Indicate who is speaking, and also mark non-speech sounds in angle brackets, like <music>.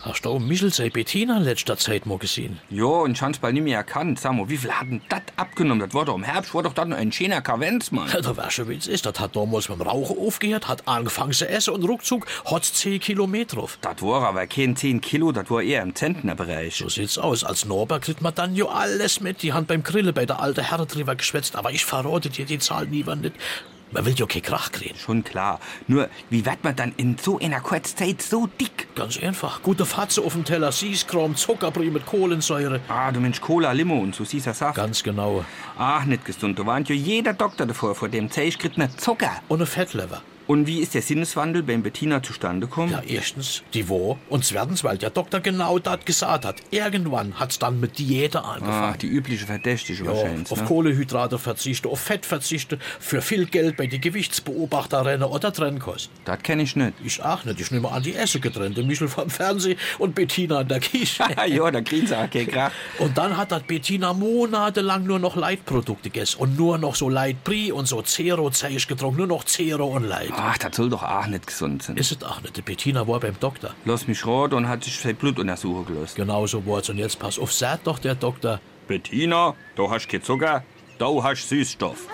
Speaker 1: Hast du auch Michel sei Bettina in letzter Zeit mal gesehen?
Speaker 2: Jo, und ich hab's bald nicht mehr erkannt. Sag mal, wie viel hat denn das abgenommen? Das war doch im Herbst, war doch dann ein schöner Kavenz, Mann.
Speaker 1: Ja, Der Wäschewitz ist, das hat damals beim Rauchen aufgehört, hat angefangen zu essen und ruckzuck hat's 10 Kilometer drauf.
Speaker 2: Das war aber kein 10 Kilo, das war eher im Zentnerbereich.
Speaker 1: So sieht's aus. Als Norbert kriegt man dann ja alles mit. Die Hand beim Grillen bei der alten Herren drüber geschwätzt, aber ich verrate dir die Zahl lieber nicht. Man will ja kein Krach kriegen.
Speaker 2: Schon klar. Nur, wie wird man dann in so einer kurzen Zeit so dick?
Speaker 1: Ganz einfach. Gute Fatze auf dem Teller, Sieskram, Zuckerbrühe mit Kohlensäure.
Speaker 2: Ah, du Mensch, Cola, Limo und so sieht das Saft.
Speaker 1: Ganz genau.
Speaker 2: Ach, nicht gesund. Da warnt ja jeder Doktor davor, vor dem Zeug kriegt man Zucker.
Speaker 1: Und ein Fettlever.
Speaker 2: Und wie ist der Sinneswandel beim Bettina zustande gekommen?
Speaker 1: Ja, erstens, die wo. Und zweitens, weil der Doktor genau das gesagt hat. Irgendwann hat's dann mit Diäte angefangen.
Speaker 2: Ach, die übliche Verdächtige wahrscheinlich.
Speaker 1: auf
Speaker 2: ne?
Speaker 1: Kohlehydrate verzichte, auf Fett verzichte, für viel Geld bei die Gewichtsbeobachter renne oder Trennkost.
Speaker 2: Das kenne
Speaker 1: <laughs>
Speaker 2: ich nicht.
Speaker 1: Ich auch nicht, ich nehme an, die Esse getrennte Michel vom Fernsehen und Bettina in der Küche.
Speaker 2: <laughs> Ah, ja, da kriegen sie auch keinen Krach.
Speaker 1: und dann hat das Bettina monatelang nur noch Leitprodukte gegessen und nur noch so Leitbrie und so Zero Zeich getrunken, nur noch Zero und Leit.
Speaker 2: Ach, das soll doch auch nicht gesund sein.
Speaker 1: Ist es auch nicht, die Bettina war beim Doktor.
Speaker 2: Lass mich rot und hat sich für Blutuntersuchung gelöst.
Speaker 1: Genauso war's und jetzt pass auf, sagt doch der Doktor,
Speaker 2: Bettina, da hast kein Zucker, da hast Süßstoff.